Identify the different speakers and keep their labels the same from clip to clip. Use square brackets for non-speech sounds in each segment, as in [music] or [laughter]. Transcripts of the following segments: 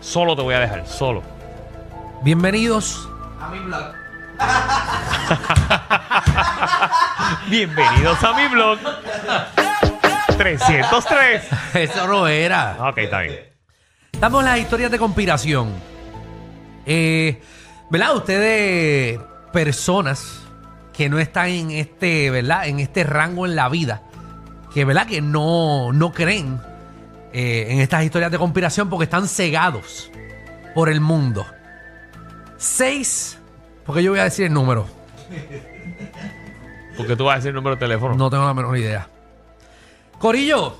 Speaker 1: Solo te voy a dejar, solo.
Speaker 2: Bienvenidos. [laughs]
Speaker 1: Bienvenidos a mi blog. 303.
Speaker 2: Eso no era.
Speaker 1: Ah, Ok, está bien.
Speaker 2: Estamos en las historias de conspiración. Eh, ¿Verdad? Ustedes, personas que no están en este, ¿verdad? En este rango en la vida, que, ¿verdad? Que no, no creen eh, en estas historias de conspiración porque están cegados por el mundo. Seis, porque yo voy a decir el número,
Speaker 1: Porque tú vas a decir el número de teléfono.
Speaker 2: no tengo la menor idea. Corillo,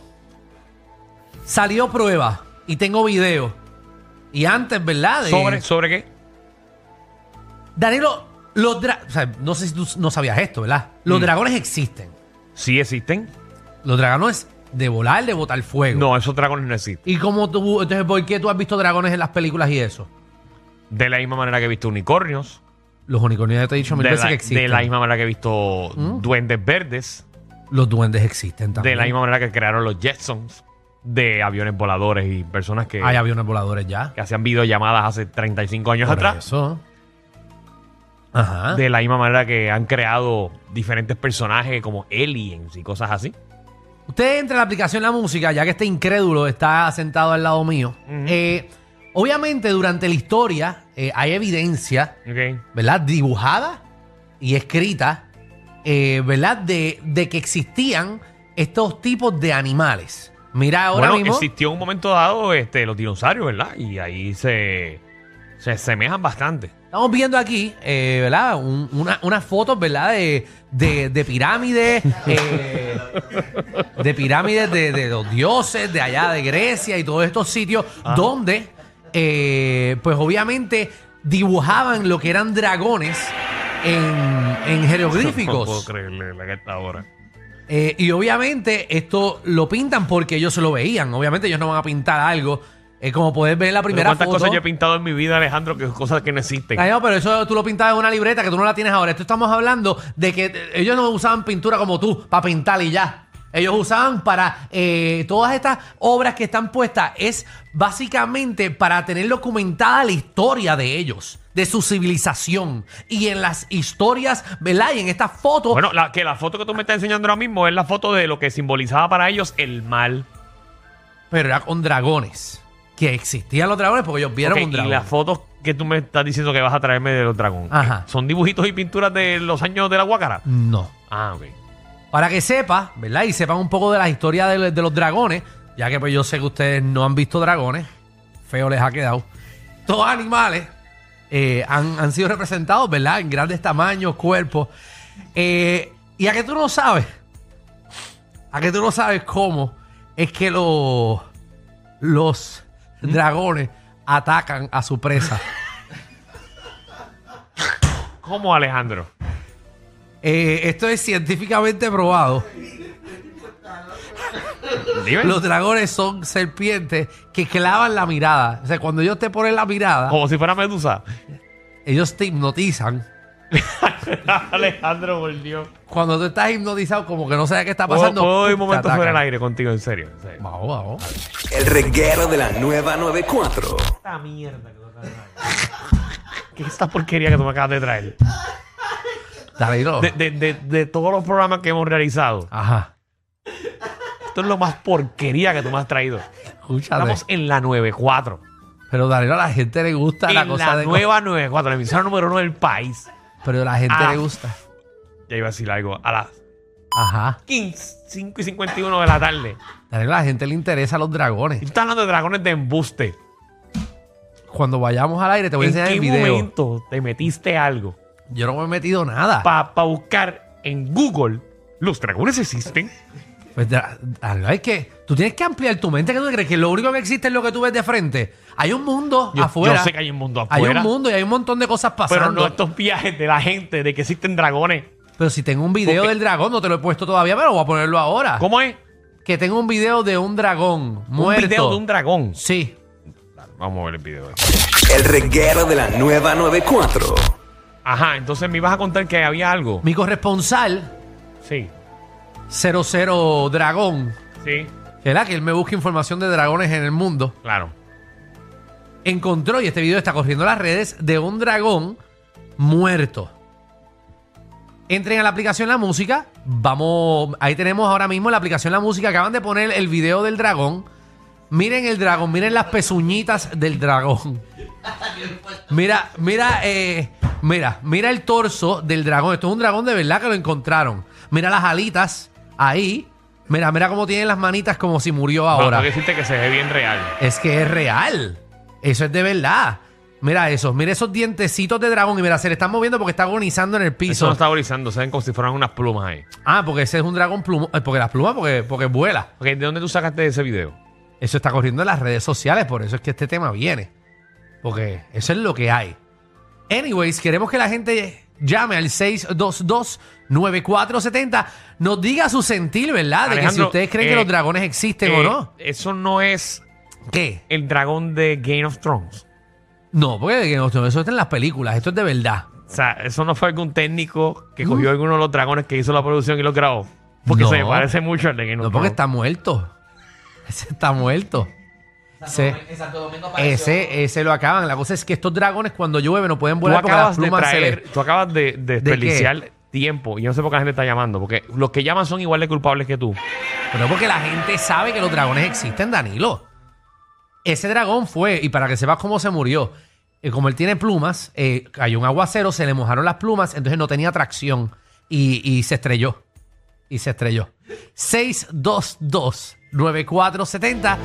Speaker 2: salió prueba y tengo video. Y antes, ¿verdad? De-
Speaker 1: ¿Sobre, ¿Sobre qué?
Speaker 2: Danilo, los dra- o sea, no sé si tú no sabías esto, ¿verdad? Los
Speaker 1: Mm.
Speaker 2: dragones existen.
Speaker 1: ¿Sí existen?
Speaker 2: Los dragones de volar, de botar fuego.
Speaker 1: No, esos dragones no existen.
Speaker 2: ¿Y cómo tú, entonces, por qué tú has visto dragones en las películas y eso?
Speaker 1: De la misma manera que he visto unicornios.
Speaker 2: Los unicornios, ya te he dicho mil
Speaker 1: De
Speaker 2: veces
Speaker 1: la,
Speaker 2: que
Speaker 1: de
Speaker 2: existen.
Speaker 1: la misma manera que he visto duendes verdes.
Speaker 2: Los duendes existen también.
Speaker 1: De la misma manera que crearon los Jetsons. De aviones voladores y personas que,
Speaker 2: Hay aviones voladores ya.
Speaker 1: que hacían videollamadas hace 35 años
Speaker 2: Por
Speaker 1: atrás.
Speaker 2: Eso. Ah. Ajá.
Speaker 1: De la misma manera que han creado diferentes personajes como aliens y cosas así.
Speaker 2: Usted entra en la aplicación La Música, ya que este incrédulo está sentado al lado mío.
Speaker 1: Ujú.
Speaker 2: Eh, obviamente, durante la historia eh, hay evidencia,
Speaker 1: Ok.
Speaker 2: ¿verdad? Dibujada y escrita, eh, ¿verdad? De, de que existían estos tipos de animales. Mira ahora
Speaker 1: bueno,
Speaker 2: mismo.
Speaker 1: existió un momento dado este, los dinosaurios, ¿verdad? Y ahí se, se asemejan
Speaker 2: [laughs]
Speaker 1: bastante.
Speaker 2: Estamos viendo aquí, eh, ¿verdad? Un- una- Unas fotos, ¿verdad? De, de- de pirámides,
Speaker 1: [laughs]
Speaker 2: eh, de pirámides de, de los dioses, de allá de Grecia y todos estos sitios, donde, eh, pues obviamente, dibujaban lo que eran dragones en,
Speaker 1: [laughs]
Speaker 2: en
Speaker 1: No puedo
Speaker 2: jeroglíficos.
Speaker 1: creerle la que está ahora.
Speaker 2: Eh, y obviamente esto lo pintan porque ellos se lo veían. Obviamente ellos no van a pintar algo. Eh, como puedes ver en la
Speaker 1: Pero
Speaker 2: primera
Speaker 1: ¿Cuántas
Speaker 2: foto.
Speaker 1: cosas yo he pintado en mi vida, Alejandro? Que cosas que no existen.
Speaker 2: Ay, no, pero eso tú lo pintabas en una libreta que tú no la tienes ahora. Esto estamos hablando de que eh, ellos no usaban pintura como tú para pintar y ya. Ellos usaban para eh, todas estas obras que están puestas es básicamente para tener documentada la historia de ellos, de su civilización y en las historias, ¿verdad? Y en estas fotos.
Speaker 1: Bueno, la, que la foto que tú me estás enseñando ahora mismo es la foto de lo que simbolizaba para ellos el mal.
Speaker 2: pero era con dragones. Que existían los dragones porque ellos vieron
Speaker 1: Ok,
Speaker 2: un
Speaker 1: y
Speaker 2: dragón.
Speaker 1: las fotos que tú me estás diciendo que vas a traerme de los dragones.
Speaker 2: Ajá.
Speaker 1: ¿Son dibujitos y pinturas de los años de la guacara?
Speaker 2: No.
Speaker 1: Ah, ok.
Speaker 2: Para que sepas, ¿verdad? Y sepan un poco de la historia de, de los dragones, ya que pues yo sé que ustedes no han visto dragones, feo les ha quedado. Todos animales eh, han, han sido representados, ¿verdad? En grandes tamaños, cuerpos. Eh, y a que tú no sabes, a que tú no sabes cómo es que los, los dragones atacan a su presa.
Speaker 1: ¿Cómo, Alejandro?
Speaker 2: Eh, esto es científicamente probado.
Speaker 1: Dime.
Speaker 2: Los dragones son serpientes que clavan la mirada. O sea, cuando ellos te ponen la mirada,
Speaker 1: Como si fuera
Speaker 2: [laughs]
Speaker 1: Medusa.
Speaker 2: ellos te hipnotizan.
Speaker 1: Alejandro, por Dios.
Speaker 2: Cuando tú estás hipnotizado, como que no sabes qué está
Speaker 1: ¿Puedo-
Speaker 2: pasando.
Speaker 1: Puedo ir
Speaker 2: ¡pum!
Speaker 1: Oh, un momento
Speaker 2: te atacan.
Speaker 1: fuera del aire contigo, en serio. En serio.
Speaker 2: Vamos, vamos.
Speaker 3: El reguero de la nueva 94.
Speaker 1: Esta mierda que tú acabas de ¿Qué es esta porquería [laughs] que tú me acabas de traer?
Speaker 2: Dale, dilo.
Speaker 1: De, de- de- de todos los programas que hemos realizado,
Speaker 2: Ajá.
Speaker 1: esto es lo más porquería que tú me has traído.
Speaker 2: Escúchate.
Speaker 1: Estamos en la 94.
Speaker 2: Pero dale, a la gente le gusta la
Speaker 1: En
Speaker 2: cosa
Speaker 1: la
Speaker 2: de.
Speaker 1: nueva 94, la emisora número uno del país.
Speaker 2: Pero a la gente
Speaker 1: Ah.
Speaker 2: le gusta.
Speaker 1: Ya iba a decir algo. A las
Speaker 2: Ajá.
Speaker 1: 15, 5 y 51 de la tarde.
Speaker 2: Dale, a la gente le interesa los
Speaker 1: Y tú
Speaker 2: dragones.
Speaker 1: estás hablando de dragones de embuste.
Speaker 2: Cuando vayamos al aire, te voy a
Speaker 1: ¿En
Speaker 2: enseñar
Speaker 1: qué
Speaker 2: el video.
Speaker 1: momento te metiste algo
Speaker 2: Yo no me he metido nada.
Speaker 1: para buscar en Google Los dragones existen.
Speaker 2: Pues, dra- algo, es que tú tienes que ampliar tu mente. que tú crees? Que lo único que existe es lo que tú ves de frente. Hay un mundo
Speaker 1: Yo-
Speaker 2: afuera.
Speaker 1: yo sé que hay un mundo
Speaker 2: Hay
Speaker 1: afuera.
Speaker 2: un mundo y hay un montón de cosas pasando.
Speaker 1: Pero no estos viajes de la gente de que existen dragones.
Speaker 2: Pero si tengo un video
Speaker 1: Porque-
Speaker 2: del dragón, no te lo he puesto todavía, pero voy a ponerlo ahora.
Speaker 1: ¿Cómo es?
Speaker 2: Que tengo un video de un dragón muerto.
Speaker 1: Un video de un dragón.
Speaker 2: Sí.
Speaker 1: Vamos a ver el video.
Speaker 3: El reguero de la nueva 94.
Speaker 1: Ajá, entonces me ibas a contar que había algo.
Speaker 2: Mi corresponsal,
Speaker 1: Sí,
Speaker 2: 00 Dragón,
Speaker 1: sí,
Speaker 2: que era que él me busca información de dragones en el mundo,
Speaker 1: claro.
Speaker 2: encontró, y este video está corriendo en las redes, de un dragón muerto. Entren a la aplicación La Música. Vamos, ahí tenemos ahora mismo la aplicación La Música. Acaban de poner el video del dragón. Miren el dragón, miren las pezuñitas del dragón. Mira, mira, eh, mira, mira el torso del dragón. Esto es un dragón de verdad que lo encontraron. Mira las alitas ahí. Mira, mira cómo tienen las manitas como si murió ahora.
Speaker 1: Ahora. que decirte que se ve bien real.
Speaker 2: Es que es real. Eso es de verdad. Mira esos, mira esos dientecitos de dragón y mira, se le están moviendo porque está agonizando en el
Speaker 1: Eso
Speaker 2: piso.
Speaker 1: no está agonizando, se ven como si fueran unas plumas ahí.
Speaker 2: Ah, porque ese es un dragón pluma, eh, porque las plumas porque, porque vuela.
Speaker 1: Ok, ¿de dónde tú sacaste ese video?
Speaker 2: Eso está corriendo en las redes sociales, por eso es que este tema viene. Porque eso es lo que hay. Anyways, queremos que la gente llame al 622-9470. Nos diga su sentir, ¿verdad? De que si
Speaker 1: Alejandro,
Speaker 2: ustedes creen que
Speaker 1: eh,
Speaker 2: los dragones existen
Speaker 1: Eh,
Speaker 2: o no.
Speaker 1: Eso no es
Speaker 2: ¿Qué?
Speaker 1: el dragón de Game of Thrones.
Speaker 2: No, porque que no, eso está en las películas, esto es de verdad.
Speaker 1: O sea, eso no fue algún técnico que cogió alguno de los dragones que hizo la producción y los grabó. Porque
Speaker 2: No.
Speaker 1: se parece mucho al de Game of
Speaker 2: No, porque
Speaker 1: Thrones.
Speaker 2: está muerto. Ese está muerto. Ese, ese, ese lo acaban. La cosa es que estos dragones cuando llueve no pueden
Speaker 1: Tú
Speaker 2: volar porque las
Speaker 1: acabas de
Speaker 2: plumas se
Speaker 1: traer,
Speaker 2: les-
Speaker 1: tú acabas de, de
Speaker 2: qué?
Speaker 1: desperdiciar tiempo. Y yo no sé por qué la gente está llamando. Porque los que llaman son igual de culpables que tú.
Speaker 2: Pero porque la gente sabe que los dragones existen, Danilo. Ese dragón fue, y para que sepas cómo se murió, eh, como él tiene plumas, eh, cayó un aguacero, se le mojaron las plumas, entonces no tenía tracción y, y se estrelló. Y se estrelló. 622-9470.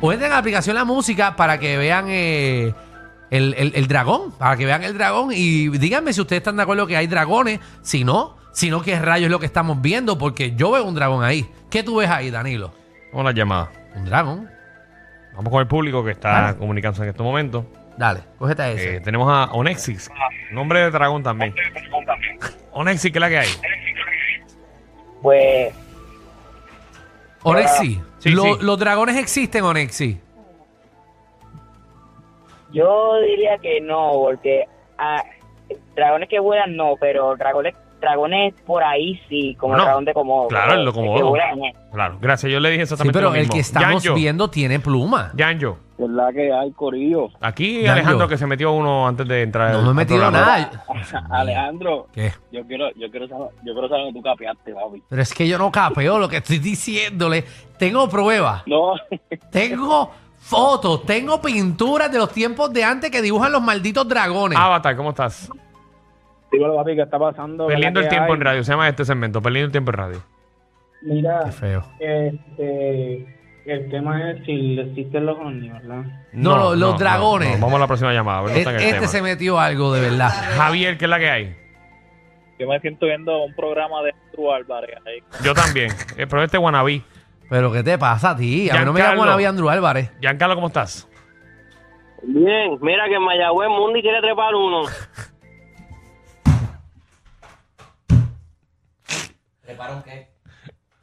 Speaker 2: O entren a la aplicación La Música para que vean eh, el, el- el dragón, para que vean el dragón y díganme si ustedes están de acuerdo que hay dragones, si no, si no, qué rayos es lo que estamos viendo, porque yo veo un dragón ahí. ¿Qué tú ves ahí, Danilo?
Speaker 1: Vamos a la llamada.
Speaker 2: Un dragón.
Speaker 1: Vamos con el público que está
Speaker 2: Claro.
Speaker 1: comunicándose en estos momentos.
Speaker 2: Dale, cógete a ese.
Speaker 1: Eh, tenemos a Onexis, nombre de dragón también. Onexis, ¿qué es la que hay?
Speaker 4: Pues
Speaker 2: Onexi,
Speaker 1: Sí,
Speaker 2: lo-
Speaker 1: sí.
Speaker 2: los dragones existen, Onexi.
Speaker 4: yo diría que no, porque ah, dragones que vuelan no, pero dragones dragones por ahí sí, como
Speaker 1: Bueno,
Speaker 4: el dragón de Komodo.
Speaker 1: claro, el de Komodo.
Speaker 4: Que vuelan, eh.
Speaker 1: Claro, gracias. Yo le dije
Speaker 2: Sí,
Speaker 1: exactamente
Speaker 2: pero
Speaker 1: lo
Speaker 2: el
Speaker 1: mismo.
Speaker 2: que estamos
Speaker 1: Yanjo,
Speaker 2: viendo tiene pluma.
Speaker 1: Yanjo.
Speaker 5: ¿Verdad que hay corillo?
Speaker 1: Aquí
Speaker 2: Yanjo.
Speaker 1: Alejandro que se metió uno antes de entrar.
Speaker 2: No
Speaker 1: al-
Speaker 2: me he
Speaker 1: al
Speaker 2: metido
Speaker 1: programa.
Speaker 2: nada.
Speaker 5: Alejandro,
Speaker 2: ¿Qué?
Speaker 5: yo quiero, yo quiero saber, yo quiero saber que tú capeaste, papi.
Speaker 2: Pero es que yo no capeo lo que estoy diciéndole. Tengo pruebas,
Speaker 5: No, [laughs]
Speaker 2: tengo fotos, tengo pinturas de los tiempos de antes que dibujan los malditos dragones.
Speaker 1: Avatar, ¿cómo estás?
Speaker 5: dímelo, papi, ¿qué está pasando?
Speaker 1: Perdiendo el
Speaker 5: ¿Verdad que
Speaker 1: tiempo en
Speaker 5: hay?
Speaker 1: radio. Se llama este segmento, Perdiendo el tiempo en radio.
Speaker 2: Qué
Speaker 5: Mira,
Speaker 2: feo.
Speaker 5: este, el tema es si existen los ovnis, ¿verdad?
Speaker 2: No, lo- los dragones.
Speaker 1: no. Vamos a la próxima llamada. a ver, no
Speaker 2: E-
Speaker 1: está en el
Speaker 2: Este
Speaker 1: tema.
Speaker 2: se metió algo de verdad.
Speaker 1: Javier, ¿qué es la que hay?
Speaker 6: Yo me siento viendo un programa de Andrew Álvarez ahí.
Speaker 1: Yo también. [laughs] Eh, pero este wannabe.
Speaker 2: Pero ¿qué te pasa a ti? A mí no me llamo
Speaker 1: Giancarlo.
Speaker 2: Navi Andrew Álvarez.
Speaker 1: Giancarlo, ¿cómo estás?
Speaker 7: Bien, mira que en Mayagüez Mundi quiere trepar uno.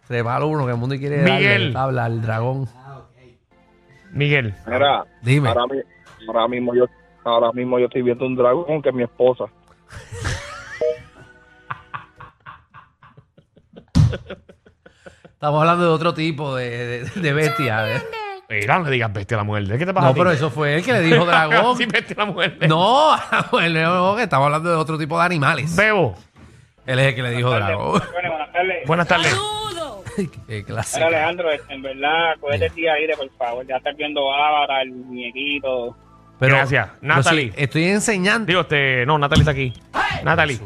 Speaker 2: Se va al uno que el mundo quiere darle
Speaker 1: Miguel.
Speaker 2: tabla al dragón.
Speaker 1: Miguel.
Speaker 8: Mira,
Speaker 2: Dime.
Speaker 8: ahora, mi- ahora mismo yo ahora mismo yo estoy viendo un dragón que es mi esposa.
Speaker 2: Estamos hablando de otro tipo de, de- de bestia. ¿eh?
Speaker 1: Mira, no le digas bestia a la mujer. ¿Qué te pasa? a
Speaker 2: No,
Speaker 1: ti? [laughs]
Speaker 2: pero eso fue él que le dijo dragón.
Speaker 1: sí, bestia a la mujer.
Speaker 2: No, [laughs] bueno, no, que estamos hablando de otro tipo de animales.
Speaker 1: Bebo.
Speaker 2: Él es el que le dijo dragón. [laughs]
Speaker 6: Bueno, buenas tardes.
Speaker 1: Buenas tardes.
Speaker 2: Qué clase.
Speaker 6: Mira, Alejandro, en verdad, cógete el día aire, por favor. Ya estás viendo Avatar, el muñequito.
Speaker 2: Pero-
Speaker 1: Gracias.
Speaker 2: pero
Speaker 1: Natalie.
Speaker 2: sí, estoy enseñando.
Speaker 1: Digo, este, no, Natalie está aquí. Natalie.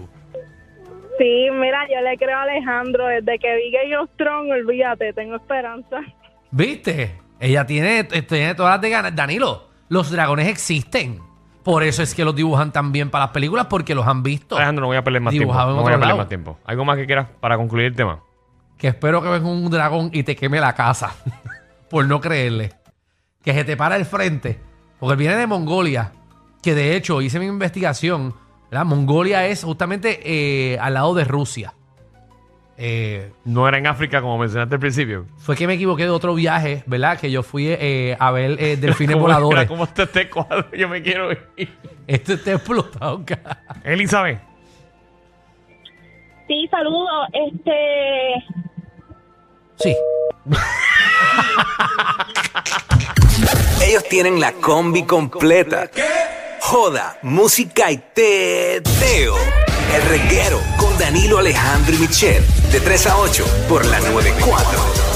Speaker 9: Sí, mira, yo le creo a Alejandro. Desde que vi Game of Thrones, olvídate, tengo esperanza.
Speaker 2: ¿Viste? Ella tiene, eh, tiene todas las de ganas. Danilo, los dragones existen. Por eso es que los dibujan tan bien para las películas, porque los han visto.
Speaker 1: Alejandro, no voy a perder más tiempo.
Speaker 2: Dibujado en
Speaker 1: No voy
Speaker 2: otro
Speaker 1: a perder
Speaker 2: lado.
Speaker 1: más tiempo. ¿Algo más que quieras para concluir el tema?
Speaker 2: que espero que venga un dragón y te queme la casa [laughs] por no creerle. Que se te para el frente. Porque él viene de Mongolia. Que de hecho hice mi investigación. ¿verdad? Mongolia es justamente eh, al lado de Rusia. Eh,
Speaker 1: No era en África, como mencionaste al principio.
Speaker 2: fue que me equivoqué de otro viaje, ¿verdad? Que yo fui eh, a ver eh,
Speaker 1: [laughs]
Speaker 2: delfines
Speaker 1: ¿Cómo-
Speaker 2: voladores.
Speaker 1: ¿Cómo está este cuadro? Yo me quiero ir.
Speaker 2: Esto está explotado, cara.
Speaker 1: [laughs] Elizabeth.
Speaker 9: Sí, saludo. Este,
Speaker 2: Sí.
Speaker 3: Ellos tienen la combi completa. Joda, música y teo. El reguero con Danilo Alejandro y Michel. De 3 a 8 por la 94.